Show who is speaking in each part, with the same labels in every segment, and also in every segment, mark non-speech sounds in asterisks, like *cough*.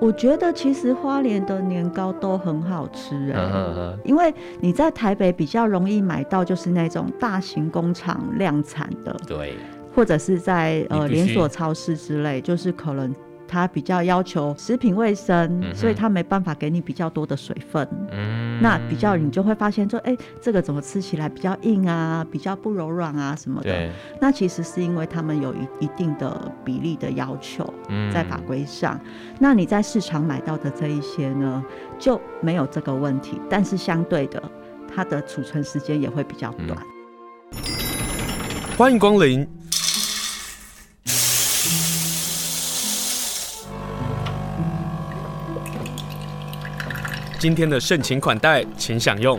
Speaker 1: 我觉得其实花莲的年糕都很好吃哎、
Speaker 2: 嗯哼哼
Speaker 1: 因为你在台北比较容易买到，就是那种大型工厂量产的，
Speaker 2: 对，
Speaker 1: 或者是在呃
Speaker 2: 你必须
Speaker 1: 连锁超市之类，就是可能它比较要求食品卫生，
Speaker 2: 嗯哼
Speaker 1: 所以它没办法给你比较多的水分。
Speaker 2: 嗯，
Speaker 1: 那比较你就会发现说，哎、这个怎么吃起来比较硬啊，比较不柔软啊什么的。
Speaker 2: 对，
Speaker 1: 那其实是因为他们有一一定的比例的要求
Speaker 2: 嗯
Speaker 1: 在法规上。那你在市场买到的这一些呢，就没有这个问题，但是相对的，它的储存时间也会比较
Speaker 2: 嗯
Speaker 1: 短。
Speaker 3: 欢迎光临。今天的盛情款待，请享用。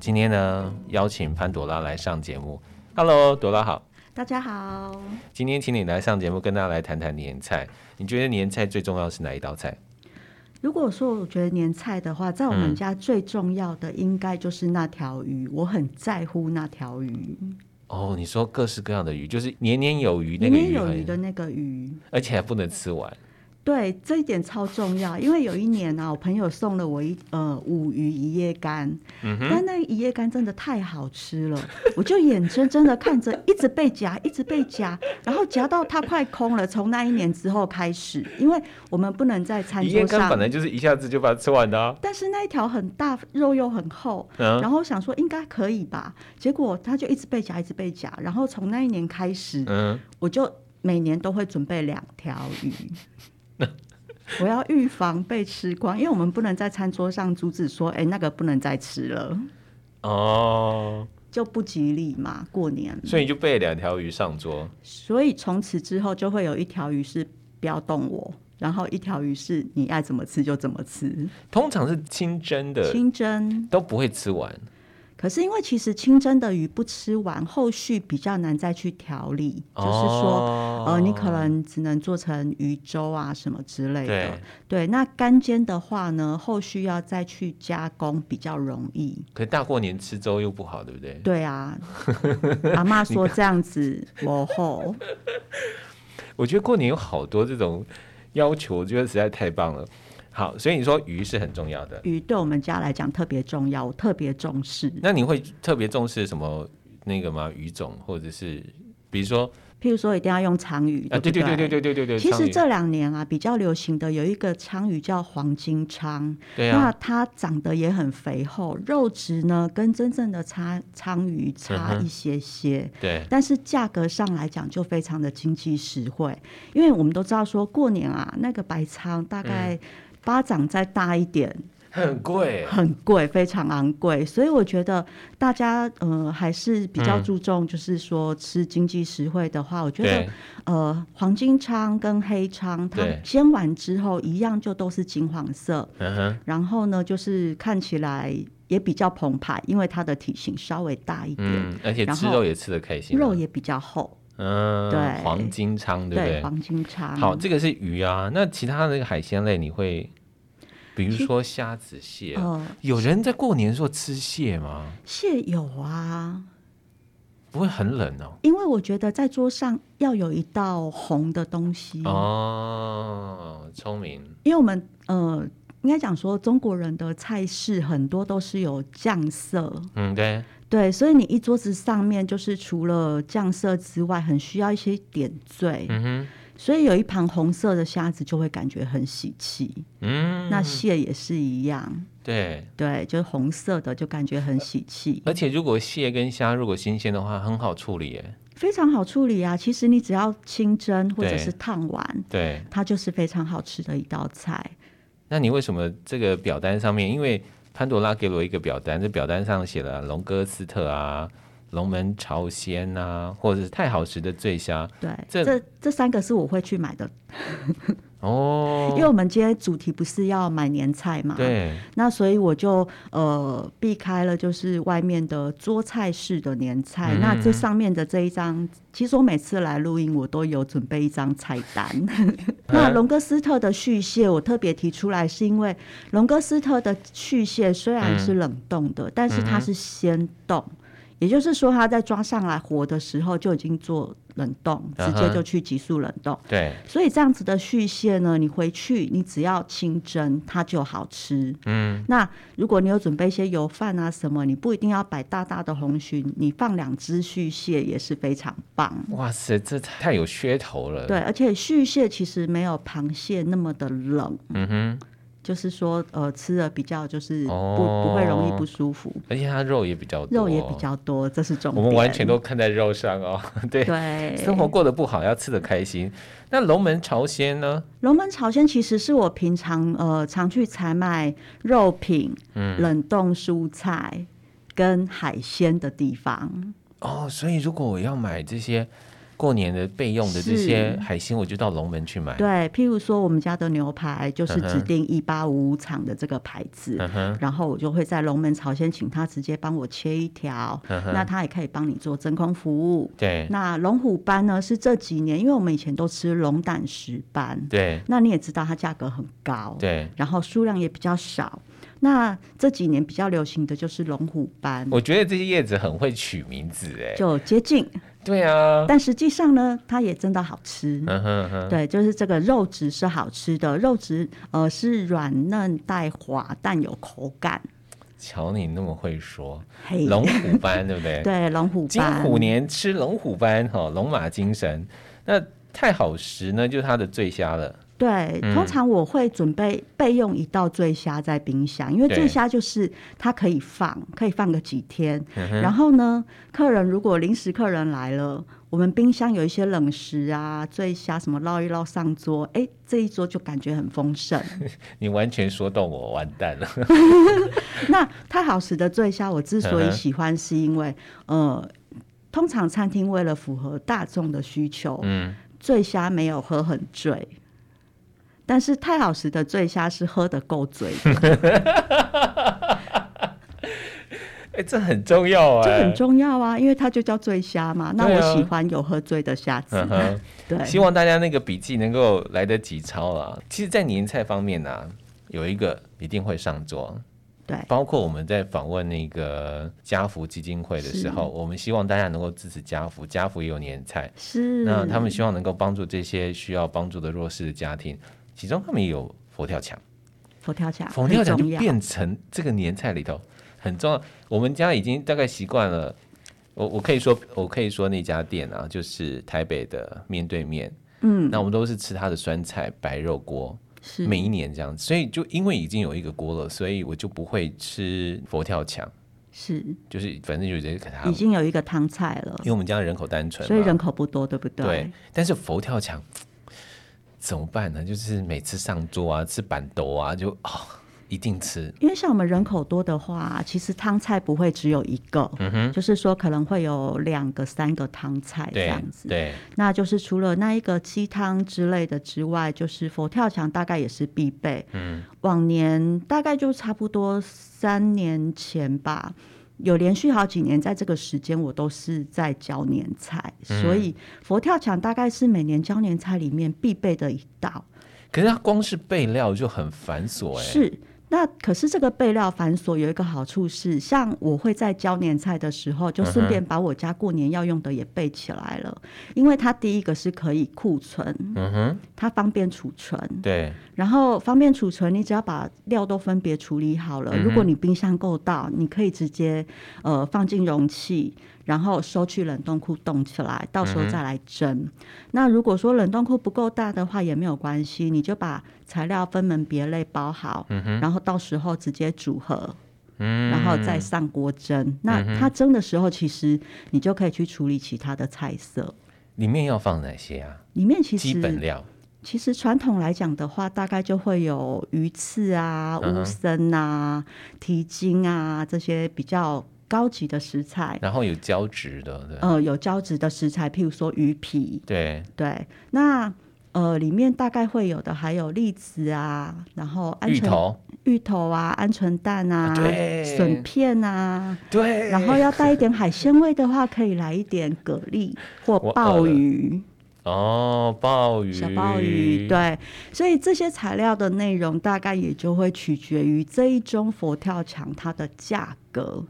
Speaker 2: 今天呢，邀请潘朵拉来上节目。Hello，朵拉好。
Speaker 1: 大家好，
Speaker 2: 今天请你来上节目，跟大家来谈谈年菜。你觉得年菜最重要是哪一道菜？
Speaker 1: 如果说我觉得年菜的话，在我们
Speaker 2: 嗯
Speaker 1: 家最重要的应该就是那条鱼，我很在乎那条鱼，
Speaker 2: 哦，你说各式各样的鱼，就是年年有余，那
Speaker 1: 里
Speaker 2: 个
Speaker 1: 面
Speaker 2: 鱼
Speaker 1: 有
Speaker 2: 很
Speaker 1: 鱼的那个鱼。
Speaker 2: 而且还不能吃完。
Speaker 1: 对，这一点超重要，因为有一年啊，我朋友送了我一呃五鱼一夜干，
Speaker 2: 嗯
Speaker 1: 但那一夜干真的太好吃了，我就眼睁睁的看着一直被夹，一直被夹，然后夹到它快空了。从那一年之后开始，因为我们不能在餐
Speaker 2: 一夜
Speaker 1: 桌
Speaker 2: 干
Speaker 1: 上，
Speaker 2: 本来就是一下子就把它吃完的、啊。
Speaker 1: 但是那一条很大，肉又很厚，
Speaker 2: 嗯
Speaker 1: 然后想说应该可以吧，结果它就一直被夹，一直被夹，然后从那一年开始，
Speaker 2: 嗯，
Speaker 1: 我就每年都会准备两条鱼。 *laughs* 我要预防被吃光，因为我们不能在餐桌上阻止说，哎、那个不能再吃了，
Speaker 2: 嗯哦，
Speaker 1: 就不吉利嘛。过年，
Speaker 2: 所以你就备两条鱼上桌。
Speaker 1: 所以从此之后就会有一条鱼是不要动我，然后一条鱼是你爱怎么吃就怎么吃，
Speaker 2: 通常是清蒸的，
Speaker 1: 清蒸。
Speaker 2: 都不会吃完。
Speaker 1: 可是因为其实清蒸的鱼不吃完，后续比较难再去调理，就是说
Speaker 2: 哦
Speaker 1: 呃，你可能只能做成鱼粥啊什么之类的。
Speaker 2: 对
Speaker 1: 对那干煎的话呢，后续要再去加工比较容易。
Speaker 2: 可是大过年吃粥又不好，对不对？
Speaker 1: 对
Speaker 2: *laughs*
Speaker 1: 啊，阿妈说这样子我后，
Speaker 2: 我觉得过年有好多这种要求，我觉得实在太棒了。好，所以你说鱼是很重要的，
Speaker 1: 鱼对我们家来讲特别重要，我特别重视。
Speaker 2: 那你会特别重视什么那个吗？鱼种或者是比如说
Speaker 1: 譬如说，一定要用鲳鱼，
Speaker 2: 啊，
Speaker 1: 对
Speaker 2: 对
Speaker 1: 不
Speaker 2: 对对对对对对对，
Speaker 1: 其
Speaker 2: 鲳
Speaker 1: 实
Speaker 2: 鱼
Speaker 1: 这两年啊，比较流行的有一个鲳鱼叫黄金鲳，
Speaker 2: 对
Speaker 1: 那
Speaker 2: 啊，
Speaker 1: 它长得也很肥厚，肉质呢跟真正的鲳鲳鱼差
Speaker 2: 嗯哼
Speaker 1: 一些些。
Speaker 2: 对
Speaker 1: 但是价格上来讲就非常的经济实惠，因为我们都知道说过年啊，那个白鲳大
Speaker 2: 嗯
Speaker 1: 概巴掌再大一点，
Speaker 2: 很贵，
Speaker 1: 很贵，非常昂贵，所以我觉得大家呃还是比较
Speaker 2: 嗯
Speaker 1: 注重，就是说吃经济实惠的话，我觉
Speaker 2: 对
Speaker 1: 得呃黄金鲳跟黑鲳，它
Speaker 2: 对
Speaker 1: 煎完之后一样就都是金黄色，
Speaker 2: 嗯哼
Speaker 1: 然后呢就是看起来也比较澎湃，因为它的体型稍微大一点，
Speaker 2: 嗯，而且
Speaker 1: 然
Speaker 2: 吃
Speaker 1: 后
Speaker 2: 肉也吃的开心啊，
Speaker 1: 肉也比较厚，
Speaker 2: 嗯
Speaker 1: 对
Speaker 2: 黄金鲳对不
Speaker 1: 对
Speaker 2: 对？
Speaker 1: 黄金鲳
Speaker 2: 好，这个是鱼啊，那其他那个海鲜类你会，比如
Speaker 1: 其
Speaker 2: 说虾子、蟹，啊
Speaker 1: 呃，
Speaker 2: 有人在过年的时候吃蟹吗？
Speaker 1: 蟹有啊，
Speaker 2: 不会很冷哦？
Speaker 1: 因为我觉得在桌上要有一道红的东西，
Speaker 2: 哦，聪明，
Speaker 1: 因为我们呃，应该讲说中国人的菜式很多都是有酱色，
Speaker 2: 嗯，对，
Speaker 1: 对，所以你一桌子上面就是除了酱色之外，很需要一些点缀，
Speaker 2: 嗯哼，
Speaker 1: 所以有一盘红色的虾子就会感觉很喜气，
Speaker 2: 嗯，
Speaker 1: 那蟹也是一样。
Speaker 2: 对，
Speaker 1: 对，就是红色的，就感觉很喜气，
Speaker 2: 而且如果蟹跟虾如果新鲜的话，很好处理耶，
Speaker 1: 非常好处理啊。其实你只要清蒸或者
Speaker 2: 对
Speaker 1: 是烫完，
Speaker 2: 对。
Speaker 1: 它就是非常好吃的一道菜。
Speaker 2: 那你为什么这个表单上面，因为潘朵拉给了我一个表单，这表单上写了龙哥斯特啊、龙门朝鲜啊，或者是太好食的醉虾
Speaker 1: 对，
Speaker 2: 这
Speaker 1: 这这三个是我会去买的，
Speaker 2: 哦，
Speaker 1: *laughs* 因为我们今天主题不是要买年菜嘛，，
Speaker 2: 对，
Speaker 1: 那所以我就呃避开了就是外面的桌菜式的年菜。
Speaker 2: 嗯
Speaker 1: 那这上面的这一张，其实我每次来录音，我都有准备一张菜
Speaker 2: *laughs*
Speaker 1: 单。
Speaker 2: 哎
Speaker 1: 那龙哥斯特的续蟹，我特别提出来，是因为
Speaker 2: 嗯
Speaker 1: 龙哥斯特的续蟹虽然是冷冻的，但是它是鲜冻。也就是说，它在装上来活的时候就已经做冷冻，直接
Speaker 2: 嗯哼
Speaker 1: 就去急速冷冻。
Speaker 2: 对，
Speaker 1: 所以这样子的续蟹呢，你回去你只要清蒸，它就好吃。嗯，那如果你有准备一些油饭啊什么，你不一定要摆大大的红鲟，你放两只续蟹也是非常棒。
Speaker 2: 哇塞，这太有噱头了。
Speaker 1: 对，，而且续蟹其实没有螃蟹那么的冷，
Speaker 2: 嗯哼，
Speaker 1: 就是说呃吃了比较就是不、
Speaker 2: 哦
Speaker 1: 不会容易不舒服，
Speaker 2: 而且它肉也比较多，
Speaker 1: 肉也比。较多，这是重
Speaker 2: 我
Speaker 1: 点。
Speaker 2: 们完全都看在肉上哦，对，
Speaker 1: 对
Speaker 2: 生活过得不好要吃的开心。那龙门朝鲜呢？
Speaker 1: 龙门朝鲜其实是我平常呃常去采买肉品、
Speaker 2: 嗯
Speaker 1: 冷冻蔬菜跟海鲜的地方。
Speaker 2: 哦，所以如果我要买这些过年的备用的这些
Speaker 1: 是
Speaker 2: 海鲜，我就到龙门去买。
Speaker 1: 对，譬如说我们家的牛排就是
Speaker 2: 哎嗯哼
Speaker 1: 指定一八五五厂的这个牌子。
Speaker 2: 嗯哼，
Speaker 1: 然后我就会在龙门朝鲜请他直接帮我切一条，
Speaker 2: 嗯哼哎
Speaker 1: 那他也可以帮你做真空服务。
Speaker 2: 对
Speaker 1: 那龙虎斑呢是这几年，因为我们以前都吃龙胆石斑，
Speaker 2: 对
Speaker 1: 那你也知道它价格很高，
Speaker 2: 对，
Speaker 1: 然后数量也比较少。那这几年比较流行的就是龙虎斑，
Speaker 2: 我觉得这些叶子很会取名字哎。
Speaker 1: 就接近，
Speaker 2: 对啊，
Speaker 1: 但实际上呢，它也真的好吃。
Speaker 2: 嗯哼嗯哼，
Speaker 1: 对，就是这个肉质是好吃的，肉质呃是软嫩带滑，但有口感。
Speaker 2: 瞧你那么会说，
Speaker 1: 嘿，
Speaker 2: 龙虎斑对不对？
Speaker 1: 对龙虎
Speaker 2: 金
Speaker 1: 斑，
Speaker 2: 虎年吃龙虎斑哈，龙马精神。那太好食呢，就是它的醉虾了。
Speaker 1: 对，
Speaker 2: 嗯
Speaker 1: 通常我会准备备用一道醉虾在冰箱，因为
Speaker 2: 对
Speaker 1: 醉虾就是它可以放，可以放个几天。
Speaker 2: 嗯
Speaker 1: 然后呢，客人如果临时客人来了，我们冰箱有一些冷食啊，醉虾什么捞一捞上桌，哎，这一桌就感觉很丰盛。
Speaker 2: 你完全说动我，完蛋了。
Speaker 1: *laughs* 那太好吃的醉虾，我之所
Speaker 2: 嗯
Speaker 1: 以
Speaker 2: 哼
Speaker 1: 喜欢，是因为呃，通常餐厅为了符合大众的需求，
Speaker 2: 嗯，
Speaker 1: 醉虾没有喝很醉，但是太好吃的醉虾是喝的够醉
Speaker 2: *laughs*
Speaker 1: 的，
Speaker 2: 哎、这很重要
Speaker 1: 这
Speaker 2: 哎、
Speaker 1: 很重要啊，因为它就叫醉虾嘛。那
Speaker 2: 对啊
Speaker 1: 我喜欢有喝醉的虾子，
Speaker 2: 嗯哼，
Speaker 1: 对，
Speaker 2: 希望大家那个笔记能够来得及抄啦。其实，在年菜方面呢、啊有一个一定会上桌，
Speaker 1: 对
Speaker 2: 包括我们在访问那个家福基金会的时候，我们希望大家能够支持家福，家福也有年菜，
Speaker 1: 是。
Speaker 2: 那他们希望能够帮助这些需要帮助的弱势的家庭，其中他们也有佛跳墙，
Speaker 1: 佛跳墙
Speaker 2: 佛
Speaker 1: 啊很
Speaker 2: 跳墙就
Speaker 1: 重要，
Speaker 2: 变成这个年菜里头很重要。我们家已经大概习惯了，我我可以说我可以说那家店啊，就是台北的面对面，
Speaker 1: 嗯，
Speaker 2: 那我们都是吃它的酸菜白肉锅，
Speaker 1: 是
Speaker 2: 每一年这样子。所以就因为已经有一个锅了，所以我就不会吃佛跳墙，
Speaker 1: 是
Speaker 2: 就是反正就觉得给它
Speaker 1: 已，经有一个汤菜了
Speaker 2: 因，为我们家人口单纯嘛，
Speaker 1: 所以人口不多，对不对？
Speaker 2: 对，但是佛跳墙怎么办呢？就是每次上桌啊，吃板豆啊，就哦，一定吃。
Speaker 1: 因为像我们人口多的话，其实汤菜不会只有一个，就是说可能会有两个、三个汤菜哎这
Speaker 2: 对
Speaker 1: 样子。
Speaker 2: 对，
Speaker 1: 那就是除了那一个鸡汤之类的之外，就是佛跳墙大概也是必备。嗯，往年大概就差不多三年前吧，有连续好几年在这个时间我都是在教年菜，所以佛跳墙大概是每年教年菜里面必备的一道。
Speaker 2: 可是它光是备料就很繁琐哎、
Speaker 1: 是，那可是这个备料繁琐有一个好处是，像我会在教年菜的时候，就
Speaker 2: 嗯
Speaker 1: 顺便把我家过年要用的也备起来了，因为它第一个是可以库存，
Speaker 2: 嗯哼，
Speaker 1: 它方便储存，
Speaker 2: 对，
Speaker 1: 然后方便储存，你只要把料都分别处理好
Speaker 2: 嗯
Speaker 1: 了。如果你冰箱够大，你可以直接呃放进容器，然后收去冷冻库冻起来，到
Speaker 2: 嗯
Speaker 1: 时候再来蒸。那如果说冷冻库不够大的话，也没有关系，你就把材料分门别类包好，
Speaker 2: 嗯
Speaker 1: 然后到时候直接组合。然后再上锅蒸。那
Speaker 2: 嗯
Speaker 1: 它蒸的时候，其实你就可以去处理其他的菜色。
Speaker 2: 里面要放哪些啊？
Speaker 1: 里面其实
Speaker 2: 基本料，
Speaker 1: 其实传统来讲的话，大概就会有鱼翅啊、
Speaker 2: 嗯哼
Speaker 1: 乌参啊、蹄筋啊这些比较高级的食材。
Speaker 2: 然后有胶质的，对、
Speaker 1: 呃，有胶质的食材，譬如说鱼皮，
Speaker 2: 对，
Speaker 1: 对，那呃里面大概会有的还有栗子啊，然后鹌
Speaker 2: 芋
Speaker 1: 鹑、
Speaker 2: 头，
Speaker 1: 芋头啊、鹌鹑蛋啊、
Speaker 2: 啊对
Speaker 1: 笋片啊，
Speaker 2: 对，
Speaker 1: 然后要带一点海鲜味的话，可以来一点蛤蜊或
Speaker 2: 我饿
Speaker 1: 鲍
Speaker 2: 了
Speaker 1: 鱼。
Speaker 2: 哦，鲍鱼，
Speaker 1: 小鲍鱼，，对，所以这些材料的
Speaker 2: *laughs*
Speaker 1: 内容大概也就会取决于这一盅佛跳墙它的价格。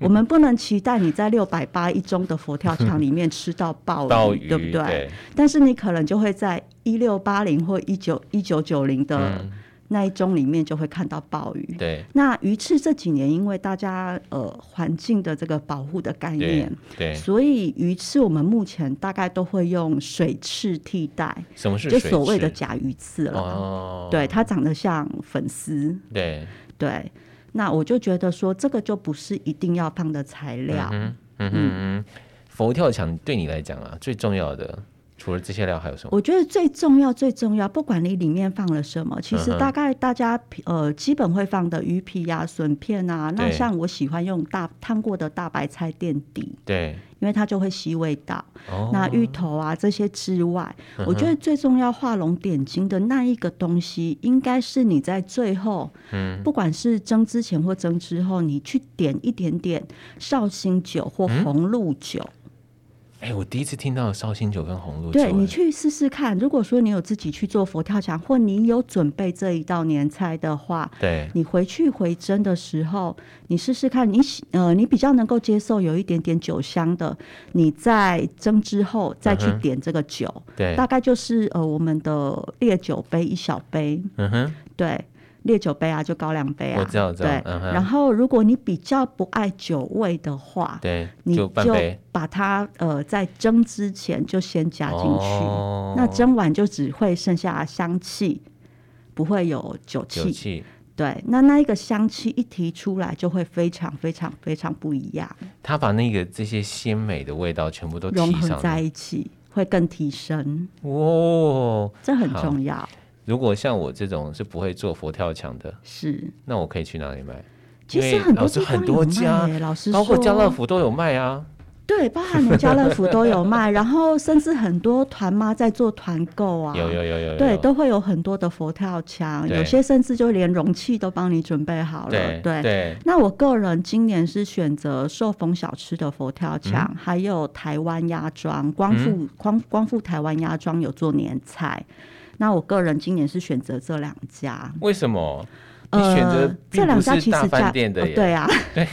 Speaker 1: 我们不能期待你在六百八一中的佛跳墙里面吃到鲍鱼，
Speaker 2: 鲍鱼
Speaker 1: 对不对？但是你可能就会在一六八零或一九一九九零的
Speaker 2: 嗯
Speaker 1: 那一中里面就会看到鲍鱼。
Speaker 2: 对
Speaker 1: 那鱼翅这几年因为大家呃环境的这个保护的概
Speaker 2: 对
Speaker 1: 念，
Speaker 2: 对，
Speaker 1: 所以鱼翅我们目前大概都会用水翅替代，
Speaker 2: 什么是
Speaker 1: 就
Speaker 2: 水
Speaker 1: 所谓的
Speaker 2: 质
Speaker 1: 甲鱼翅了。
Speaker 2: 哦，
Speaker 1: 对，它长得像粉丝，
Speaker 2: 对，
Speaker 1: 对。那我就觉得说，这个就不是一定要放的材料。
Speaker 2: 嗯嗯嗯，佛跳墙对你来讲啊，最重要的除了这些料还有什么？
Speaker 1: 我觉得最重要、最重要，不管你里面放了什么，其实
Speaker 2: 嗯哼
Speaker 1: 大概大家呃基本会放的鱼皮呀、笋片啊，那
Speaker 2: 对
Speaker 1: 像我喜欢用大烫过的大白菜垫底，
Speaker 2: 对，
Speaker 1: 因为它就会吸味道。
Speaker 2: 哦，
Speaker 1: 那芋头啊这些之外，我觉得最重要画龙点睛的那一个东西，应该是你在最后，不管是蒸之前或蒸之后，你去点一点点绍兴酒或红露酒，
Speaker 2: 哎、我第一次听到绍兴酒跟红露酒、
Speaker 1: 对你
Speaker 2: 哎
Speaker 1: 去试试看。如果说你有自己去做佛跳墙，或你有准备这一道年菜的话。
Speaker 2: 对
Speaker 1: 你回去回蒸的时候，你试试看，你喜呃，你比较能够接受有一点点酒香的，你在蒸之后再去
Speaker 2: 嗯哼
Speaker 1: 点这个酒，
Speaker 2: 对，
Speaker 1: 大概就是呃我们的烈酒杯一小杯，
Speaker 2: 嗯哼，
Speaker 1: 对，烈酒杯啊，就高粱杯啊，
Speaker 2: 我知道我知道
Speaker 1: 对，
Speaker 2: 嗯哼
Speaker 1: 然后如果你比较不爱酒味的话，
Speaker 2: 对，
Speaker 1: 你
Speaker 2: 就
Speaker 1: 就
Speaker 2: 半杯
Speaker 1: 把它呃在蒸之前就先加进去，
Speaker 2: 哦
Speaker 1: 那蒸完就只会剩下香气。不会有酒
Speaker 2: 酒
Speaker 1: 气，
Speaker 2: 气。
Speaker 1: 对，那那一个香气一提出来，就会非常非常非常不一样，
Speaker 2: 他把那个这些鲜美的味道全部都
Speaker 1: 融
Speaker 2: 提
Speaker 1: 合
Speaker 2: 上
Speaker 1: 在
Speaker 2: 来，
Speaker 1: 一起会更提升，
Speaker 2: 哇、
Speaker 1: 这很
Speaker 2: 好
Speaker 1: 重要。
Speaker 2: 如果像我这种是不会做佛跳墙的，
Speaker 1: 是，
Speaker 2: 那我可以去哪里买？
Speaker 1: 其
Speaker 2: 因
Speaker 1: 实
Speaker 2: 为
Speaker 1: 很多
Speaker 2: 老师
Speaker 1: 地方
Speaker 2: 很多
Speaker 1: 有卖
Speaker 2: 家
Speaker 1: 耶老师
Speaker 2: 包括
Speaker 1: 说
Speaker 2: 家乐福都有卖啊。
Speaker 1: 对，包含连家乐福都有卖， *laughs* 然后甚至很多团妈在做团购啊，
Speaker 2: 有有有有有，
Speaker 1: 对，都会有很多的佛跳墙，
Speaker 2: 对
Speaker 1: 有些甚至就连容器都帮你准备好了，
Speaker 2: 对对
Speaker 1: 那我个人今年是选择寿丰小吃的佛跳墙，
Speaker 2: 嗯
Speaker 1: 还有台湾鸭庄，光复、光光复台湾鸭庄有做年菜。那我个人今年是选择这两家，
Speaker 2: 为什么？你选择
Speaker 1: 呃这
Speaker 2: 并
Speaker 1: 两
Speaker 2: 不
Speaker 1: 家
Speaker 2: 是
Speaker 1: 其
Speaker 2: 大
Speaker 1: 实价
Speaker 2: 饭店的
Speaker 1: 哦
Speaker 2: 耶，
Speaker 1: 对
Speaker 2: *laughs*
Speaker 1: 啊， *laughs*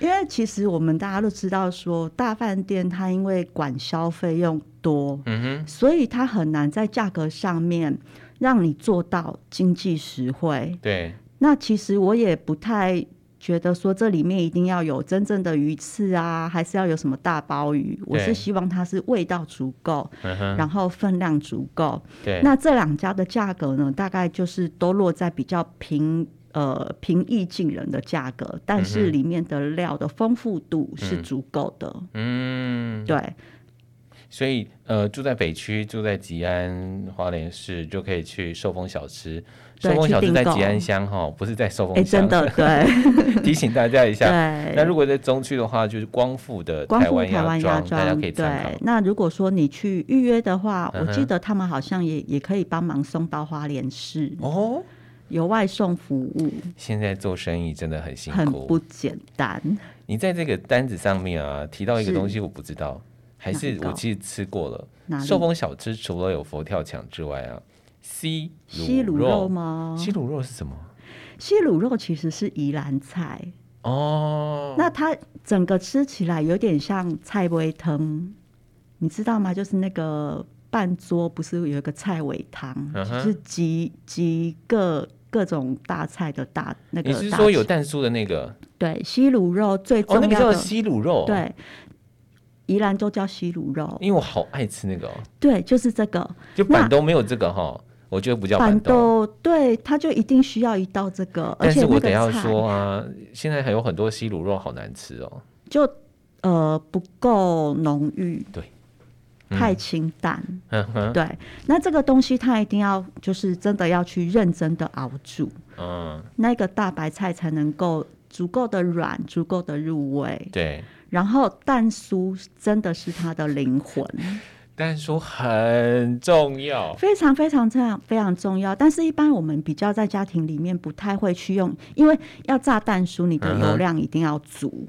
Speaker 1: 因为其实我们大家都知道说，大饭店它因为管销费用多，
Speaker 2: 嗯
Speaker 1: 所以它很难在价格上面让你做到经济实惠
Speaker 2: 哼，。对
Speaker 1: 那其实我也不太觉得说这里面一定要有真正的鱼翅啊，还是要有什么大鲍鱼。我
Speaker 2: 对
Speaker 1: 是希望它是味道足够，
Speaker 2: 嗯哼
Speaker 1: 然后分量足够。
Speaker 2: 对，
Speaker 1: 那这两家的价格呢，大概就是都落在比较平呃平易近人的价格，但
Speaker 2: 嗯
Speaker 1: 是
Speaker 2: 哼
Speaker 1: 里面的料的丰富度是
Speaker 2: 嗯
Speaker 1: 足够的。
Speaker 2: 嗯，
Speaker 1: 对，
Speaker 2: 所以呃，住在北区，住在吉安花莲市，就可以去寿丰小吃。
Speaker 1: 对
Speaker 2: 寿丰小吃
Speaker 1: 去
Speaker 2: 在
Speaker 1: 订购
Speaker 2: 吉安乡哈，不是在寿丰
Speaker 1: 哎、
Speaker 2: 乡。
Speaker 1: 真的对
Speaker 2: 提醒大家一 *laughs* 下。
Speaker 1: 对。
Speaker 2: 那如果在中区的话，就是光复的
Speaker 1: 光
Speaker 2: 台
Speaker 1: 复
Speaker 2: 湾
Speaker 1: 台湾
Speaker 2: 庄，
Speaker 1: 庄，
Speaker 2: 大家可以参考
Speaker 1: 对。。那如果说你去预约的话，
Speaker 2: 嗯哼
Speaker 1: 我记得他们好像也也可以帮忙送到花莲市，
Speaker 2: 哦，
Speaker 1: 有外送服务，
Speaker 2: 现在做生意真的很辛
Speaker 1: 很不
Speaker 2: 苦。
Speaker 1: 简单。
Speaker 2: 你在这个单子上面啊，提到一个
Speaker 1: 是
Speaker 2: 东西我不知道，还是
Speaker 1: 哪个
Speaker 2: 我其实吃过了。
Speaker 1: 哪
Speaker 2: 寿
Speaker 1: 里？
Speaker 2: 丰小吃除了有佛跳墙之外啊，西
Speaker 1: 西
Speaker 2: 卤
Speaker 1: 卤肉？吗？
Speaker 2: 西卤肉是什么？
Speaker 1: 西卤肉其实是宜兰菜，
Speaker 2: 哦，
Speaker 1: 那它整个吃起来有点像菜尾汤，你知道吗？就是那个半桌不是有一个菜尾汤，
Speaker 2: 嗯哼
Speaker 1: 就是集集各各种大菜的大那个
Speaker 2: 你
Speaker 1: 大。
Speaker 2: 是说有蛋酥的那个？
Speaker 1: 对西卤肉最重
Speaker 2: 哦，
Speaker 1: 要
Speaker 2: 那个
Speaker 1: 的、
Speaker 2: 叫西卤肉，，
Speaker 1: 对，宜兰都叫西卤肉，
Speaker 2: 因为我好爱吃那个、哦，
Speaker 1: 对，就是这个
Speaker 2: 就板豆没有这个哈、我觉得不叫板
Speaker 1: 板
Speaker 2: 豆。
Speaker 1: 豆，对，它就一定需要一道这个，而
Speaker 2: 但
Speaker 1: 且那
Speaker 2: 是我
Speaker 1: 个
Speaker 2: 得要
Speaker 1: 菜
Speaker 2: 说啊，现在还有很多西卤肉好难吃哦。
Speaker 1: 就呃不够浓郁，
Speaker 2: 对，
Speaker 1: 太清淡，
Speaker 2: 嗯哼，
Speaker 1: 对，那这个东西它一定要就是真的要去认真的熬煮，
Speaker 2: 嗯，
Speaker 1: 那个大白菜才能够足够的软，足够的入味，
Speaker 2: 对，
Speaker 1: 然后蛋酥真的是它的灵魂。
Speaker 2: 蛋酥很重要。
Speaker 1: 非常非常这样非常重要，但是一般我们比较在家庭里面不太会去用，因为要炸蛋酥，你的
Speaker 2: 嗯哼
Speaker 1: 油量一定要足，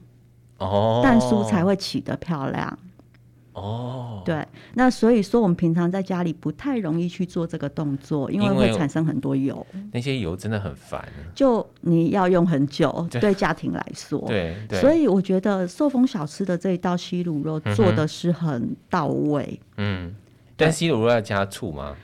Speaker 2: 哦，
Speaker 1: 蛋酥才会起得漂亮。
Speaker 2: 哦，
Speaker 1: 对，那所以说我们平常在家里不太容易去做这个动作，因为
Speaker 2: 因为
Speaker 1: 会产生很多油，
Speaker 2: 那些油真的很烦。啊
Speaker 1: 就你要用很久，
Speaker 2: *laughs* 对
Speaker 1: 对家庭来说。
Speaker 2: 对对，嗯
Speaker 1: 所以我觉得寿丰小吃的这一道西卤肉
Speaker 2: 哼
Speaker 1: 做的是很到位。
Speaker 2: 嗯，但西鲁肉要加醋吗？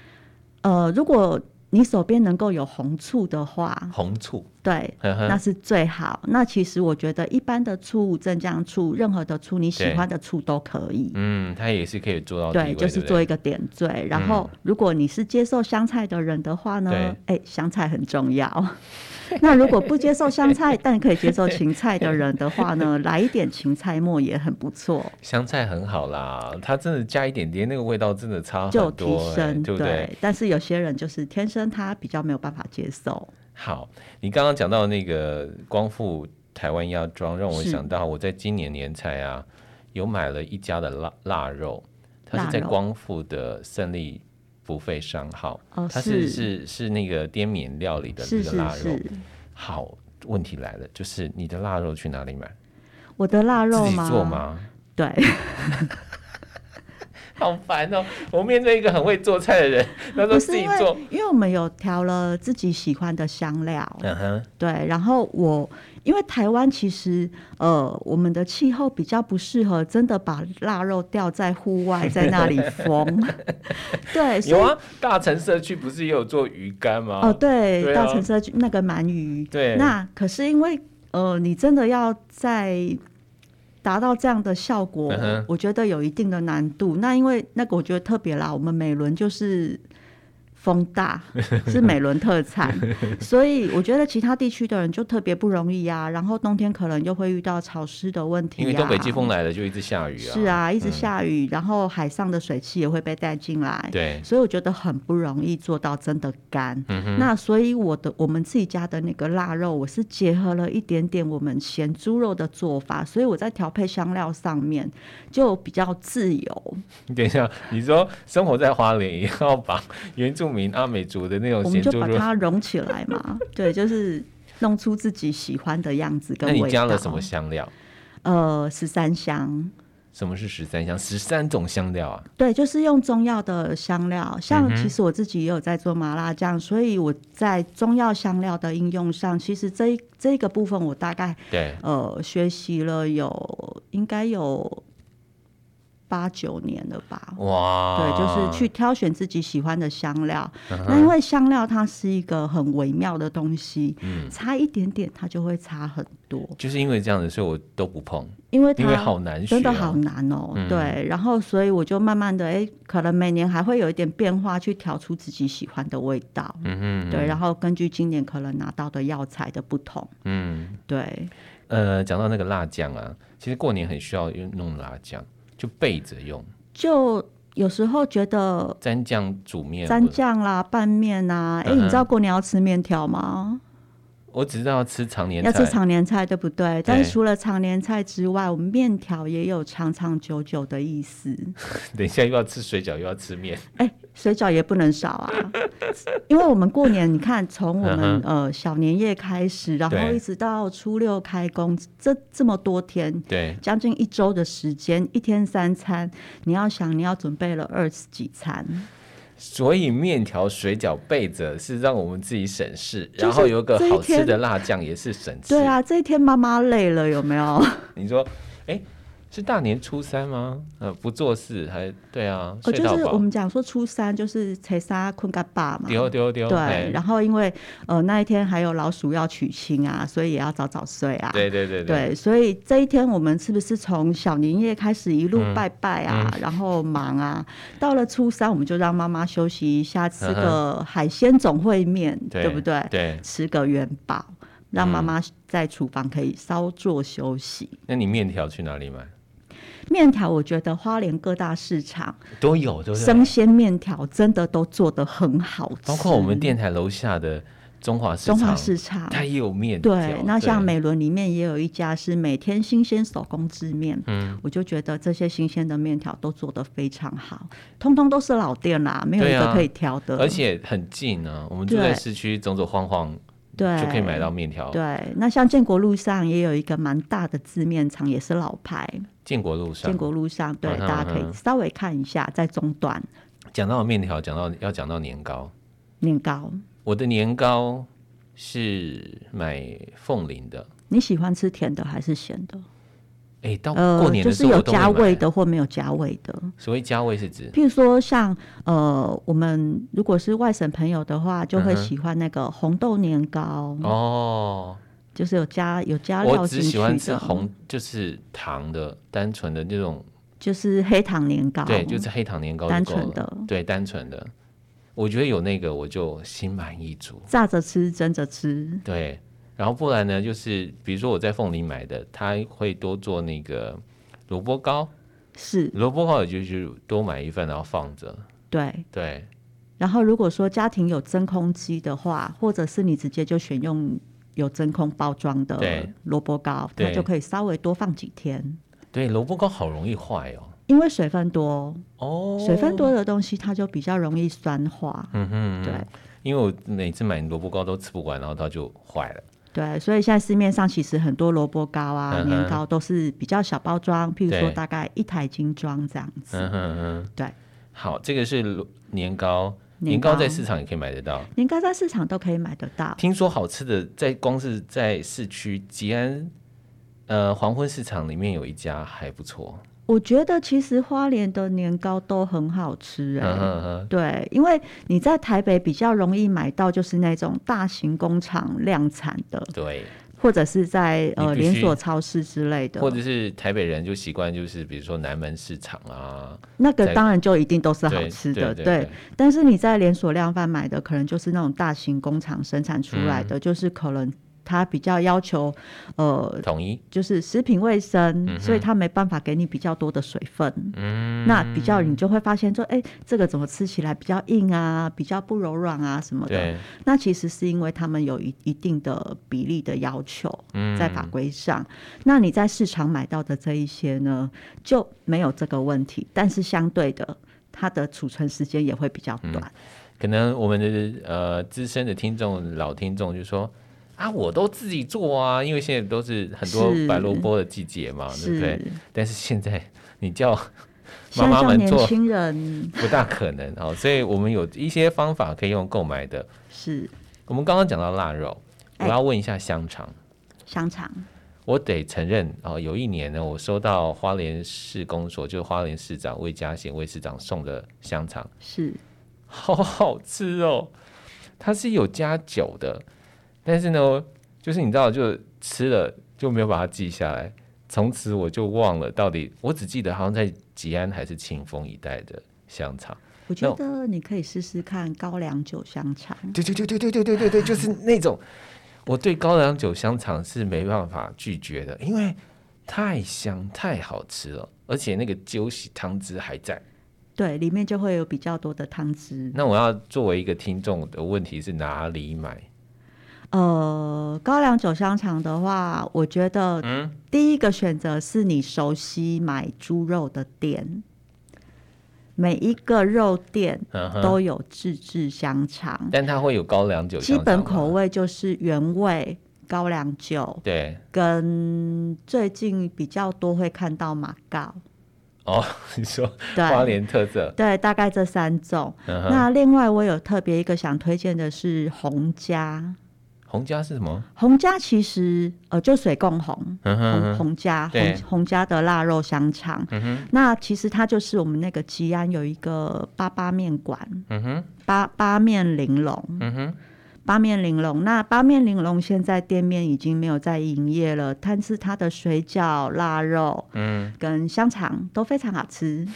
Speaker 1: 呃，如果你手边能够有红醋的话，
Speaker 2: 红醋，
Speaker 1: 对，
Speaker 2: 呵
Speaker 1: 那
Speaker 2: 呵，
Speaker 1: 是最好。那其实我觉得一般的醋、镇江醋，任何的醋你喜
Speaker 2: 对
Speaker 1: 欢的醋都可以。
Speaker 2: 嗯，它也是可以做到
Speaker 1: 对，
Speaker 2: 低
Speaker 1: 就
Speaker 2: 味，
Speaker 1: 是
Speaker 2: 对不
Speaker 1: 做一
Speaker 2: 对？
Speaker 1: 个点缀。然后，如果你是接受香菜的人的话呢
Speaker 2: 对，
Speaker 1: 哎，香菜很重要。 *laughs* 那如果不接受香菜，但可以接受芹菜的人的话
Speaker 2: *laughs*
Speaker 1: 呢，来一点芹菜末也很不错。
Speaker 2: 香菜很好啦，它真的加一点点，那个味道真的差
Speaker 1: 就
Speaker 2: 很
Speaker 1: 提
Speaker 2: 多、欸，
Speaker 1: 升
Speaker 2: 对不对？
Speaker 1: 但是有些人就是天生他比较没有办法接受，
Speaker 2: 好，你刚刚讲到那个光复台湾药妆，让我
Speaker 1: 是
Speaker 2: 想到我在今年年菜啊，有买了一家的腊腊肉，它是
Speaker 1: 腊
Speaker 2: 在
Speaker 1: 肉
Speaker 2: 光复的胜利福费商号，
Speaker 1: 哦
Speaker 2: 它是
Speaker 1: 是
Speaker 2: 是是那个滇缅料理的
Speaker 1: 是
Speaker 2: 那个
Speaker 1: 是
Speaker 2: 腊肉。
Speaker 1: 是。
Speaker 2: 好，问题来了，就是你的腊肉去哪里买？
Speaker 1: 我的腊肉
Speaker 2: 自己
Speaker 1: 吗？
Speaker 2: 做吗？
Speaker 1: 对，
Speaker 2: 好烦哦！我面对一个很会做菜的人，他说
Speaker 1: 不是
Speaker 2: 自己
Speaker 1: 因为
Speaker 2: 做，
Speaker 1: 因为我们有调了自己喜欢的香料，
Speaker 2: 嗯哼，
Speaker 1: 对，然后我因为台湾其实呃我们的气候比较不适合，真的把腊肉吊在户外在那
Speaker 2: *laughs*
Speaker 1: 里风，对，所
Speaker 2: 有
Speaker 1: 以、
Speaker 2: 啊，大城社区不是也有做鱼干吗？
Speaker 1: 哦对，
Speaker 2: 对啊
Speaker 1: 大城社区那个鳗鱼，
Speaker 2: 对
Speaker 1: 那可是因为呃你真的要在。达到这样的效果
Speaker 2: 嗯哼
Speaker 1: 我觉得有一定的难度。那因为那个我觉得特别啦，我们美伦就是风
Speaker 2: *laughs*
Speaker 1: 大，是美伦特产，所以我觉得其他地区的人就特别不容易啊。然后冬天可能又会遇到潮湿的问题、啊，
Speaker 2: 因为东北季风来了，就一直下雨啊。
Speaker 1: 是啊，一直
Speaker 2: 嗯
Speaker 1: 下雨，然后海上的水汽也会被带进来。
Speaker 2: 对， *laughs*
Speaker 1: 所以我觉得很不容易做到真的干。
Speaker 2: 嗯哼，
Speaker 1: 那所以我的我们自己家的那个腊肉，我是结合了一点点我们咸猪肉的做法，所以我在调配香料上面就比较自由。
Speaker 2: 你等一下，你说生活在花莲，也要把 *laughs* 原住民阿美族的那种
Speaker 1: 我
Speaker 2: 哦咸
Speaker 1: 们就
Speaker 2: 猪
Speaker 1: 把
Speaker 2: 肉，
Speaker 1: 它融起来嘛，对，就是弄出自己喜欢的样子跟
Speaker 2: 那你
Speaker 1: 味道。
Speaker 2: 加了什么香料？
Speaker 1: 呃，十三香，
Speaker 2: 什么是十三香？十三种香料啊！
Speaker 1: 对，就是用中药的香料。像
Speaker 2: 嗯哼
Speaker 1: 其实我自己也有在做麻辣酱，所以我在中药香料的应用上，其实这一这个部分我大概
Speaker 2: 对，
Speaker 1: 呃学习了有应该有八九年了吧。
Speaker 2: 哇，
Speaker 1: 对，就是去挑选自己喜欢的香料。
Speaker 2: 啊嗯
Speaker 1: 那
Speaker 2: 哼，
Speaker 1: 因为香料它是一个很微妙的东西，
Speaker 2: 嗯
Speaker 1: 差一点点它就会差很多，
Speaker 2: 就是因为这样子，所以我都不碰，
Speaker 1: 因为它
Speaker 2: 因为好难学、
Speaker 1: 真的好。难哦、
Speaker 2: 嗯
Speaker 1: 对，然后所以我就慢慢的，哎、可能每年还会有一点变化，去调出自己喜欢的味道。
Speaker 2: 嗯哼，
Speaker 1: 对，然后根据今年可能拿到的药材的不同，
Speaker 2: 嗯，
Speaker 1: 对，
Speaker 2: 呃，讲到那个辣酱啊，其实过年很需要用弄辣酱，就备着用，
Speaker 1: 就有时候觉得
Speaker 2: 蘸酱煮面。
Speaker 1: 蘸，酱啦、拌面啊，哎、
Speaker 2: 嗯哼
Speaker 1: 你知道过年要吃面条吗？
Speaker 2: 我只知道吃常年菜，
Speaker 1: 要吃常年菜，对不对？但是除了常年菜之外，我们面条也有长长久久的意思。 *laughs*
Speaker 2: 等一下又要吃水饺，又要吃面。
Speaker 1: 哎，水饺也不能少
Speaker 2: *laughs*
Speaker 1: 啊，因为我们过年，你看从我们
Speaker 2: 嗯
Speaker 1: 呃小年夜开始，然后
Speaker 2: 对
Speaker 1: 一直到初六开工，这这么多天，
Speaker 2: 对，
Speaker 1: 将近一周的时间，一天三餐，你要想你要准备了二十几餐，
Speaker 2: 所以面条、水饺备着是让我们自己省事，
Speaker 1: 就是
Speaker 2: 然后有一个
Speaker 1: 这一
Speaker 2: 好吃的
Speaker 1: 天
Speaker 2: 辣酱也是省事。
Speaker 1: 对，啊，这一天妈妈累了有没有？
Speaker 2: 你说，哎，是大年初三吗？呃，不做事还对啊，
Speaker 1: 哦，
Speaker 2: 睡
Speaker 1: 就
Speaker 2: 到
Speaker 1: 是我
Speaker 2: 饱，
Speaker 1: 们讲说初三就是才杀困嘎爸嘛。
Speaker 2: 丢丢丢，
Speaker 1: 对
Speaker 2: 嘿，
Speaker 1: 然后因为呃那一天还有老鼠要娶亲啊，所以也要早早睡啊。
Speaker 2: 对对对
Speaker 1: 对，所以这一天我们是不是从小年夜开始一路
Speaker 2: 嗯
Speaker 1: 拜拜啊，然后忙啊，到了初三我们就让妈妈休息一下，吃个海鲜总会面，
Speaker 2: 嗯对嗯
Speaker 1: 对不对？
Speaker 2: 对，
Speaker 1: 吃个元宝，让妈妈在厨房可以稍作休息。
Speaker 2: 那你面条去哪里买？
Speaker 1: 面条，我觉得花莲各大市场
Speaker 2: 都有，对不
Speaker 1: 生
Speaker 2: 对？
Speaker 1: 鲜面条真的都做得很好吃，
Speaker 2: 包括我们电台楼下的中华市场，
Speaker 1: 中华市场。
Speaker 2: 它也有面条。
Speaker 1: 对，那像美伦里面也有一家是每天新鲜手工制面，
Speaker 2: 嗯，
Speaker 1: 我就觉得这些新鲜的面条都做得非常好，通通都是老店啦，没有一
Speaker 2: 对
Speaker 1: 个
Speaker 2: 啊
Speaker 1: 可以挑的。
Speaker 2: 而且很近啊，我们住在
Speaker 1: 对
Speaker 2: 市区走走晃晃
Speaker 1: 对，
Speaker 2: 就可以买到。面条。
Speaker 1: 对，那像建国路上也有一个蛮大的字面厂，也是老牌。
Speaker 2: 建国路上
Speaker 1: 建，国路上，对，
Speaker 2: 啊嗯哼
Speaker 1: 大家可
Speaker 2: 嗯
Speaker 1: 以
Speaker 2: 哼
Speaker 1: 稍微看一下，在中段
Speaker 2: 讲到面条，讲到要讲到年糕，
Speaker 1: 年糕。
Speaker 2: 我的年糕是买凤梨的。
Speaker 1: 你喜欢吃甜的还是咸的？
Speaker 2: 哎，到过
Speaker 1: 呃，
Speaker 2: 年
Speaker 1: 就
Speaker 2: 的时
Speaker 1: 是
Speaker 2: 候
Speaker 1: 有
Speaker 2: 我都会
Speaker 1: 加味
Speaker 2: 买。啊
Speaker 1: 的或没有加味的。
Speaker 2: 所谓加味是指
Speaker 1: 譬如说像呃，我们如果是外省朋友的话，就会
Speaker 2: 嗯哼
Speaker 1: 喜欢那个红豆年糕，
Speaker 2: 哦，
Speaker 1: 就是有加有嗯加料
Speaker 2: 我
Speaker 1: 进
Speaker 2: 只
Speaker 1: 去
Speaker 2: 喜
Speaker 1: 的。
Speaker 2: 欢吃红，就是糖的，单纯的这种，
Speaker 1: 就是黑糖年糕，
Speaker 2: 对，就是黑糖年糕
Speaker 1: 单
Speaker 2: 就够
Speaker 1: 纯
Speaker 2: 了，
Speaker 1: 的
Speaker 2: 对，单纯的。我觉得有那个我就心满意足，
Speaker 1: 炸着吃，蒸着吃。
Speaker 2: 对。然后不然呢，就是比如说我在凤梨买的，他会多做那个萝卜糕，
Speaker 1: 是
Speaker 2: 萝卜糕也就是多买一份然后放着，
Speaker 1: 对，
Speaker 2: 对，
Speaker 1: 然后如果说家庭有真空机的话，或者是你直接就选用有真空包装的
Speaker 2: 对
Speaker 1: 萝卜糕，它
Speaker 2: 对
Speaker 1: 就可以稍微多放几天，
Speaker 2: 对，萝卜糕好容易坏哦，
Speaker 1: 因为水分多，
Speaker 2: 哦，
Speaker 1: 水分多的东西它就比较容易酸化。
Speaker 2: 嗯哼，嗯哼
Speaker 1: 对，
Speaker 2: 因为我每次买萝卜糕都吃不完，然后它就坏了。
Speaker 1: 对，所以现在市面上其实很多萝卜糕啊、
Speaker 2: 嗯哼
Speaker 1: 年糕都是比较小包装，譬如说
Speaker 2: 对
Speaker 1: 大概一台斤装这样子。
Speaker 2: 嗯哼嗯，
Speaker 1: 对，
Speaker 2: 好，这个是萝年糕，
Speaker 1: 年
Speaker 2: 年
Speaker 1: 糕
Speaker 2: 糕在市场也可以买得到。
Speaker 1: 年糕在市场都可以买得到。
Speaker 2: 听说好吃的在光是在市区吉安，呃，黄昏市场里面有一家还不错。
Speaker 1: 我觉得其实花莲的年糕都很好吃、
Speaker 2: 嗯
Speaker 1: 哎、
Speaker 2: 哼嗯
Speaker 1: 对，因为你在台北比较容易买到，就是那种大型工厂量产的，
Speaker 2: 哼，对，
Speaker 1: 或者是在呃
Speaker 2: 你必须
Speaker 1: 连锁超市之类的，
Speaker 2: 或者是台北人就习惯就是比如说南门市场啊，
Speaker 1: 那个
Speaker 2: 在
Speaker 1: 当然就一定都是好
Speaker 2: 对
Speaker 1: 吃的，
Speaker 2: 对
Speaker 1: 对。
Speaker 2: 对，
Speaker 1: 但是你在连锁量贩买的，可能就是那种大型工厂生产出来
Speaker 2: 嗯
Speaker 1: 的，就是可能它比较要求，呃，
Speaker 2: 统一
Speaker 1: 就是食品卫生，
Speaker 2: 嗯哼
Speaker 1: 所以它没办法给你比较多的水分。嗯，那比较你就会发现说，哎、这个怎么吃起来比较硬啊，比较不柔软啊什么的。
Speaker 2: 对，
Speaker 1: 那其实是因为他们有一一定的比例的要求
Speaker 2: 嗯，
Speaker 1: 在法规上。那你在市场买到的这一些呢，就没有这个问题，但是相对的。它的储存时间也会比较短，
Speaker 2: 可能我们的呃资深的听众老听众就说啊，我都自己做啊，因为现在都是很多
Speaker 1: 是
Speaker 2: 白萝卜的季节嘛，对不对？
Speaker 1: 是，
Speaker 2: 但是现在你叫
Speaker 1: *laughs* 现在
Speaker 2: 妈妈
Speaker 1: 叫
Speaker 2: 们
Speaker 1: 年
Speaker 2: 做
Speaker 1: 轻人
Speaker 2: 不大可能哦，所以我们有一些方法可以用购买的。
Speaker 1: 是
Speaker 2: 我们刚刚讲到腊肉，我
Speaker 1: 哎
Speaker 2: 要问一下香肠。
Speaker 1: 香肠，
Speaker 2: 我得承认哦，有一年呢，我收到花莲市公所，就是花莲市长魏家贤魏市长送的香肠，
Speaker 1: 是
Speaker 2: *laughs* 好好吃哦。它是有加酒的，但是呢，就是你知道，就吃了就没有把它记下来，从此我就忘了到底，我只记得好像在吉安还是清风一带的香肠。
Speaker 1: 我觉得你可以试试看高粱酒香肠，
Speaker 2: 对对对对对对对对对，就是那种我对高粱酒香肠是没办法拒绝的，因为太香太好吃了，而且那个酒喜汤汁还在。
Speaker 1: 对，里面就会有比较多的汤汁。
Speaker 2: 那我要作为一个听众的问题是哪里买？ *laughs*
Speaker 1: 呃，高粱酒香肠的话，我觉得
Speaker 2: 嗯
Speaker 1: 第一个选择是你熟悉买猪肉的店，每一个肉店
Speaker 2: 嗯哼，
Speaker 1: 都有自制香肠，
Speaker 2: 但它会有高粱酒
Speaker 1: 基
Speaker 2: 香肠
Speaker 1: 本
Speaker 2: 吗
Speaker 1: 口味就是原味高粱酒，
Speaker 2: 对
Speaker 1: 跟最近比较多会看到马告，
Speaker 2: 哦，你说花
Speaker 1: 对
Speaker 2: 莲特色，
Speaker 1: 对，大概这三种。
Speaker 2: 嗯哼，
Speaker 1: 那另外我有特别一个想推荐的是红家，
Speaker 2: 红家是什么？
Speaker 1: 红家其实呃就水共红。
Speaker 2: 嗯哼
Speaker 1: 红
Speaker 2: 嗯哼，
Speaker 1: 红家红
Speaker 2: 对嗯
Speaker 1: 红家的腊肉香肠，那其实它就是我们那个吉安有一个八八面馆，
Speaker 2: 嗯哼，
Speaker 1: 八八面玲珑，
Speaker 2: 嗯哼，
Speaker 1: 八面玲珑。那八面玲珑现在店面已经没有在营业了，但是它的水饺、腊肉，
Speaker 2: 嗯，
Speaker 1: 跟香肠都非常好
Speaker 2: *laughs*
Speaker 1: 吃。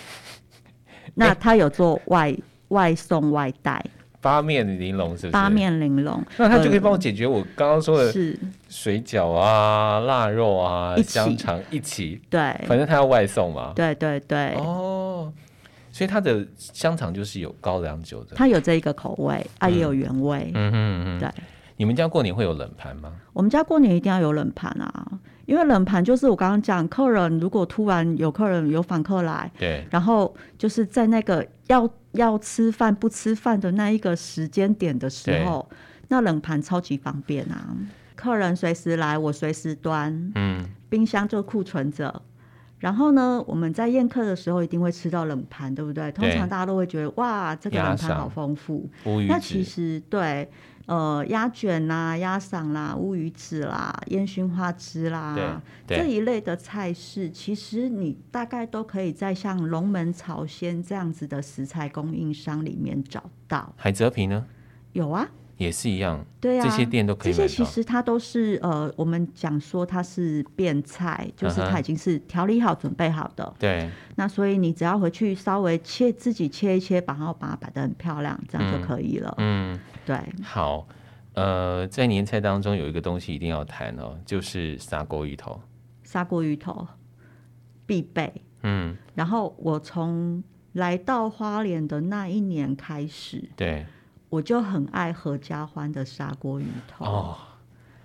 Speaker 1: 那它有做外外送外带，
Speaker 2: 八面玲珑是不是？
Speaker 1: 八，面玲珑，
Speaker 2: 那它就可以
Speaker 1: 呃
Speaker 2: 帮我解决我刚刚说的
Speaker 1: 是，
Speaker 2: 水饺啊、腊肉啊、
Speaker 1: 一起
Speaker 2: 香肠一起。
Speaker 1: 对，
Speaker 2: 反正它要外送嘛。
Speaker 1: 对对对，
Speaker 2: 哦，所以它的香肠就是有高粱酒的。
Speaker 1: 它有这一个口味，啊，也有原味，
Speaker 2: 嗯哼嗯
Speaker 1: 对。
Speaker 2: 哼，你们家过年会有冷盘吗？
Speaker 1: 我们家过年一定要有冷盘啊，因为冷盘就是我刚刚讲，客人如果突然有客人有访客来，
Speaker 2: 对，
Speaker 1: 然后就是在那个要要吃饭不吃饭的那一个时间点的时候，那冷盘超级方便啊，客人随时来，我随时端，
Speaker 2: 嗯，
Speaker 1: 冰箱就库存着。然后呢，我们在宴客的时候一定会吃到冷盘，对不对？通
Speaker 2: 对
Speaker 1: 常大家都会觉得哇，这个
Speaker 2: 鸭
Speaker 1: 冷盘好
Speaker 2: 赏
Speaker 1: 丰富。
Speaker 2: 乌鱼
Speaker 1: 那其
Speaker 2: 子，
Speaker 1: 实对，呃，鸭卷啦、鸭嗓啦、乌鱼子啦、烟熏花枝啦，
Speaker 2: 对
Speaker 1: 这
Speaker 2: 对
Speaker 1: 一类的菜式，其实你大概都可以在像龙门草鲜这样子的食材供应商里面找到。
Speaker 2: 海蜇皮呢
Speaker 1: 有啊，
Speaker 2: 也是一样，
Speaker 1: 对啊，
Speaker 2: 这些店都可
Speaker 1: 这
Speaker 2: 以
Speaker 1: 些
Speaker 2: 买
Speaker 1: 其
Speaker 2: 到。
Speaker 1: 实它都是呃，我们讲说它是变菜，就是
Speaker 2: 嗯哼
Speaker 1: 它已经是调理好、准备好的。
Speaker 2: 对，
Speaker 1: 那所以你只要回去稍微切自己切一切，然后把它摆得很漂亮，这样就可以了。
Speaker 2: 嗯，
Speaker 1: 对，
Speaker 2: 好，呃，在年菜当中有一个东西一定要谈哦，就是砂锅鱼头。
Speaker 1: 砂锅鱼头必备。
Speaker 2: 嗯，
Speaker 1: 然后我从来到花莲的那一年开始，
Speaker 2: 对，
Speaker 1: 我就很爱合家欢的砂锅鱼头，
Speaker 2: 哦，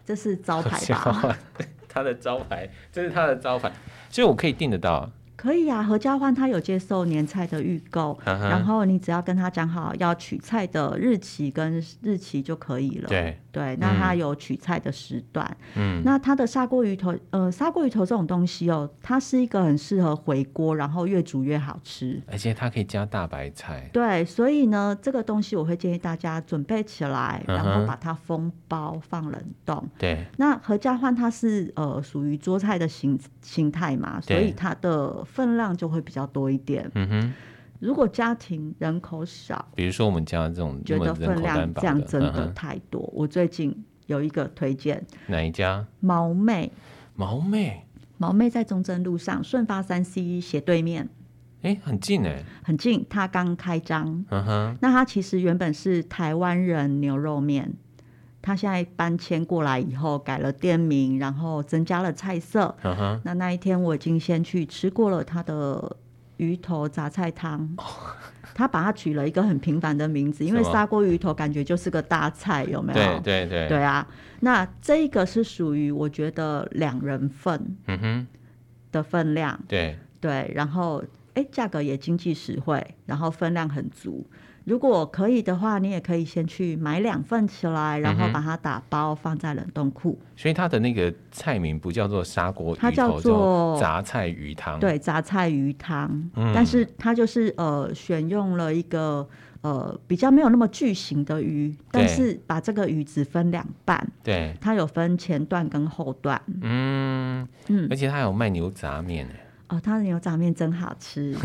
Speaker 1: 这是招牌
Speaker 2: 招
Speaker 1: 吧？
Speaker 2: 牌， *laughs* 他的招牌，这是他的招牌，所以我可以订得到。
Speaker 1: 可以啊，合家欢他有接受年菜的预购，
Speaker 2: 嗯哼
Speaker 1: 然后你只要跟他讲好要取菜的日期跟日期就可以了。
Speaker 2: 对，
Speaker 1: 那
Speaker 2: 嗯
Speaker 1: 他有取菜的时段，
Speaker 2: 嗯，
Speaker 1: 那它的砂锅鱼头，呃，砂锅鱼头这种东西哦，它是一个很适合回锅，然后越煮越好吃。
Speaker 2: 而且它可以加大白菜。
Speaker 1: 对，所以呢，这个东西我会建议大家准备起来，然
Speaker 2: 嗯
Speaker 1: 后
Speaker 2: 哼
Speaker 1: 把它封包放冷冻。
Speaker 2: 对，
Speaker 1: 那合家欢它是呃属于桌菜的形形态嘛，所
Speaker 2: 对
Speaker 1: 以它的分量就会比较多一点。
Speaker 2: 嗯哼，
Speaker 1: 如果家庭人口少，
Speaker 2: 比如说我们家这种这
Speaker 1: 觉
Speaker 2: 么
Speaker 1: 得
Speaker 2: 人
Speaker 1: 分
Speaker 2: 口
Speaker 1: 量
Speaker 2: 单薄
Speaker 1: 这样真
Speaker 2: 嗯
Speaker 1: 的
Speaker 2: 哼，
Speaker 1: 太多，我最近有一个推荐
Speaker 2: 哪一家？
Speaker 1: 毛妹，
Speaker 2: 毛妹，
Speaker 1: 毛妹在中正路上顺发三 C 斜对面，
Speaker 2: 哎，很近哎，
Speaker 1: 很近，它刚开张。
Speaker 2: 嗯哼，
Speaker 1: 那它其实原本是台湾人牛肉面，它现在搬迁过来以后改了店名，然后增加了菜色。
Speaker 2: 嗯哼，
Speaker 1: 那那一天我已经先去吃过了它的鱼头杂菜汤， *laughs* 它把它取了一个很平凡的名字，因为
Speaker 2: 哦什么
Speaker 1: 砂锅鱼头感觉就是个大菜，有没有？
Speaker 2: 对对对，
Speaker 1: 对啊，那这个是属于我觉得两人份
Speaker 2: 嗯哼，
Speaker 1: 的分量，
Speaker 2: 对，
Speaker 1: 对，然后哎，价格也经济实惠，然后分量很足。如果可以的话，你也可以先去买两份起来，然后
Speaker 2: 嗯哼
Speaker 1: 把它打包放在冷冻库。
Speaker 2: 所以它的那个菜名不叫做砂锅鱼
Speaker 1: 它
Speaker 2: 头，
Speaker 1: 叫做
Speaker 2: 杂菜鱼汤。，
Speaker 1: 对，杂菜鱼汤，
Speaker 2: 嗯
Speaker 1: 但是它就是呃，选用了一个呃比较没有那么巨型的鱼，但
Speaker 2: 对
Speaker 1: 是把这个鱼只分两半，
Speaker 2: 对，
Speaker 1: 它有分前段跟后段。
Speaker 2: 嗯，
Speaker 1: 嗯
Speaker 2: 而，且它还有卖牛杂面哎，
Speaker 1: 哦，它的牛杂面真好
Speaker 2: *laughs*
Speaker 1: 吃。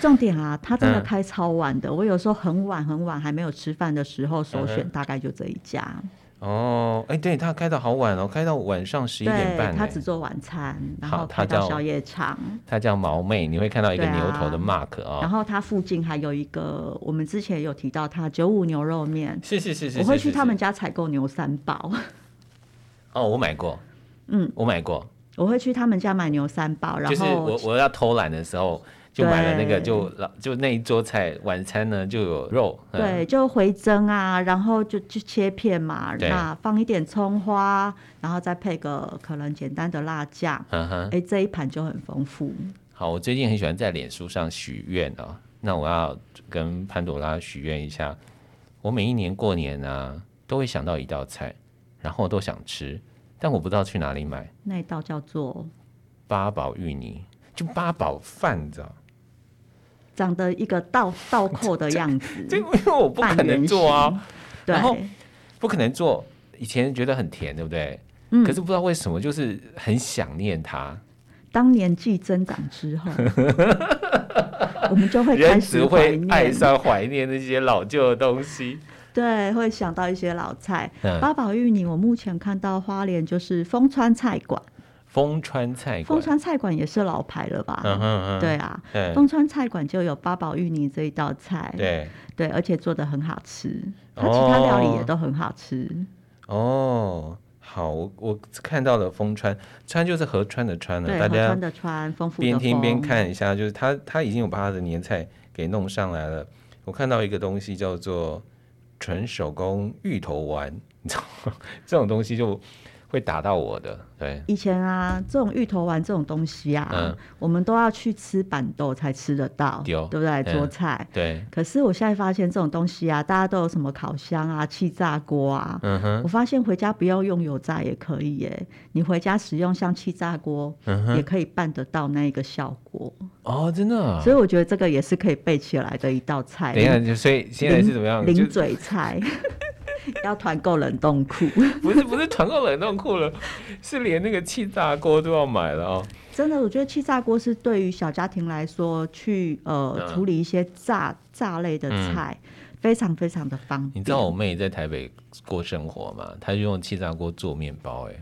Speaker 1: 重点啊，它真的
Speaker 2: 嗯
Speaker 1: 开超晚的。我有时候很晚很晚还没有吃饭的时候，首
Speaker 2: 嗯
Speaker 1: 选
Speaker 2: 哼
Speaker 1: 大概就这一家。
Speaker 2: 哦，哎，对，它开到好晚哦，开到晚上十一点
Speaker 1: 对，
Speaker 2: 半哎。
Speaker 1: 它只做晚餐，然
Speaker 2: 好
Speaker 1: 后
Speaker 2: 它
Speaker 1: 开到
Speaker 2: 叫
Speaker 1: 宵夜场。
Speaker 2: 它叫毛妹，你会看到一个
Speaker 1: 对啊
Speaker 2: 牛头的 mark
Speaker 1: 然
Speaker 2: 哦。
Speaker 1: 后它附近还有一个，我们之前有提到它九五牛肉面，
Speaker 2: 是是是是，
Speaker 1: 我会
Speaker 2: 是
Speaker 1: 去
Speaker 2: 是
Speaker 1: 他们家采购牛三宝。
Speaker 2: 哦，我买过，
Speaker 1: 嗯，
Speaker 2: 我买过，
Speaker 1: 我会去他们家买牛三宝，然
Speaker 2: 就是我
Speaker 1: 后
Speaker 2: 我要偷懒的时候就买了那个，
Speaker 1: 对
Speaker 2: 就老就那一桌菜，晚餐呢就有肉，嗯，
Speaker 1: 对，就回蒸啊，然后就就切片嘛，
Speaker 2: 对
Speaker 1: 那放一点葱花，然后再配个可能简单的辣酱，
Speaker 2: 嗯哼，
Speaker 1: 哎，这一盘就很丰富。
Speaker 2: 好，我最近很喜欢在脸书上许愿啊，那我要跟潘朵拉许愿一下，我每一年过年啊都会想到一道菜，然后都想吃，但我不知道去哪里买，
Speaker 1: 那一道叫做
Speaker 2: 八宝芋泥就八宝饭，你知道吗。 *laughs*
Speaker 1: 长得一个倒倒扣的样
Speaker 2: *laughs*
Speaker 1: 子，
Speaker 2: 这因为我不
Speaker 1: 半
Speaker 2: 可能
Speaker 1: 圆
Speaker 2: 做啊，
Speaker 1: 对
Speaker 2: 然，后 *laughs* 不可能做。以前觉得很甜，对不对？
Speaker 1: 嗯
Speaker 2: 可是不知道为什么，就是很想念它。
Speaker 1: 当年纪增长之
Speaker 2: *laughs*
Speaker 1: 后，我们就会开
Speaker 2: 人
Speaker 1: 始
Speaker 2: 只
Speaker 1: 怀
Speaker 2: 会爱
Speaker 1: 念，
Speaker 2: 上怀念那些老旧的东西。
Speaker 1: 对，会想到一些老菜。*laughs*
Speaker 2: 嗯，
Speaker 1: 八宝芋泥，我目前看到花莲就是风川菜馆，
Speaker 2: 风川菜
Speaker 1: 风
Speaker 2: 馆。
Speaker 1: 川菜馆也是老牌了吧？
Speaker 2: 嗯哼嗯，
Speaker 1: 对啊，
Speaker 2: 对
Speaker 1: 风川菜馆就有八宝芋泥这一道菜，
Speaker 2: 对
Speaker 1: 对而且做的很好吃，它
Speaker 2: 哦
Speaker 1: 其他料理也都很好吃。
Speaker 2: 哦。好，我我看到了风川，川就是河川的川了。
Speaker 1: 对，
Speaker 2: 大
Speaker 1: 河
Speaker 2: 家
Speaker 1: 川的川，丰富的
Speaker 2: 边听边
Speaker 1: 丰
Speaker 2: 看一下，就是他他已经有把他的年菜给弄上来了。我看到一个东西叫 *laughs* 做纯手工芋头丸，你知道吗？这种东西就会打到我的。对，
Speaker 1: 以前啊，这种芋头丸这种东西啊，
Speaker 2: 嗯
Speaker 1: 我们都要去吃板豆才吃得到，
Speaker 2: 对哦
Speaker 1: 对不对？
Speaker 2: 嗯
Speaker 1: 做菜。
Speaker 2: 对，
Speaker 1: 可是我现在发现这种东西啊，大家都有什么烤箱啊、气炸锅啊。
Speaker 2: 嗯哼，
Speaker 1: 我发现回家不要用油炸也可以耶，你回家使用像气炸锅、
Speaker 2: 嗯
Speaker 1: 也
Speaker 2: 哼，
Speaker 1: 可以办得到那一个效果，
Speaker 2: 哦，真的啊、
Speaker 1: 所以我觉得这个也是可以备起来的一道菜。
Speaker 2: 等一下，就所以现在是怎么样？
Speaker 1: 零
Speaker 2: 就
Speaker 1: 零嘴菜， *laughs* 要团购冷冻库，
Speaker 2: 不是不是团购冷冻库了，是连那个气炸锅都要买了哦。
Speaker 1: 真的，我觉得气炸锅是对于小家庭来说，去呃、
Speaker 2: 嗯
Speaker 1: 处理一些炸炸类的菜，非常非常的方便。
Speaker 2: 你知道我妹在台北过生活
Speaker 1: 嗯
Speaker 2: 吗？她就用气炸锅做面包、哎，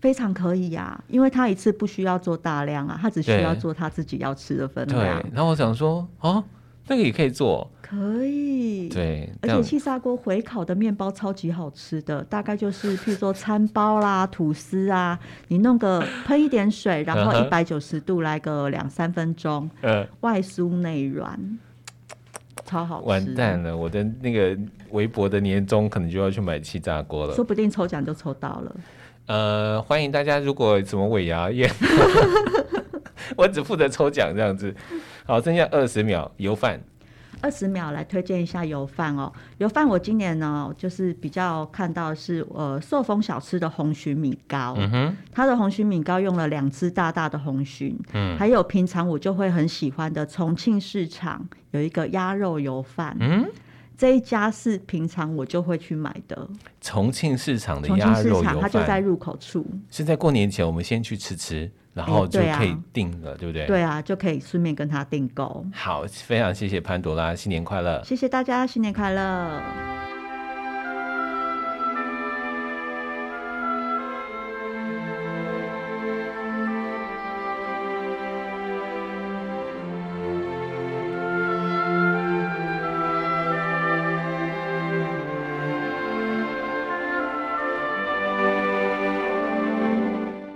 Speaker 1: 非常可以呀、因为他一次不需要做大量啊，他只需
Speaker 2: 对
Speaker 1: 要做他自己要吃的分
Speaker 2: 对。
Speaker 1: 量，
Speaker 2: 然后我想说，哦，那个也可以做，
Speaker 1: 可以。
Speaker 2: 对，
Speaker 1: 嗯而
Speaker 2: 但
Speaker 1: 且气炸锅回烤的面包超级好吃的，大概就是譬如说餐包啦、吐司啊，你弄个喷一点水，然后一
Speaker 2: 嗯哼
Speaker 1: 百九十度来个两三分钟，
Speaker 2: 呃，
Speaker 1: 外酥内软，超好吃。
Speaker 2: 完蛋了，我的那个微博的年终可能就要去买气炸锅了
Speaker 1: 说。不定抽奖就抽到了。
Speaker 2: 呃，欢迎大家，如果什么尾牙 *laughs* 也，我只负责抽奖这样子。好，剩下二十秒，油饭。
Speaker 1: 二十秒来推荐一下油饭哦，油饭我今年呢就是比较看到是呃寿丰小吃的红鲟米糕，
Speaker 2: 嗯哼，
Speaker 1: 它的红鲟米糕用了两只大大的红鲟，
Speaker 2: 嗯
Speaker 1: 还有平常我就会很喜欢的重庆市场有一个鸭肉油饭，
Speaker 2: 嗯，
Speaker 1: 这一家是平常我就会去买的，
Speaker 2: 重庆市场的
Speaker 1: 重庆
Speaker 2: 鸭
Speaker 1: 市
Speaker 2: 肉
Speaker 1: 场
Speaker 2: 油
Speaker 1: 它就在
Speaker 2: 饭
Speaker 1: 入口处，
Speaker 2: 是在过年前我们先去吃吃，然后
Speaker 1: 哎
Speaker 2: 就
Speaker 1: 对啊
Speaker 2: 可以定了，对不对？。
Speaker 1: 对啊，就可以顺便跟它订购。
Speaker 2: 好，非常谢谢潘朵拉，新年快乐。
Speaker 1: 谢谢大家，新年快乐！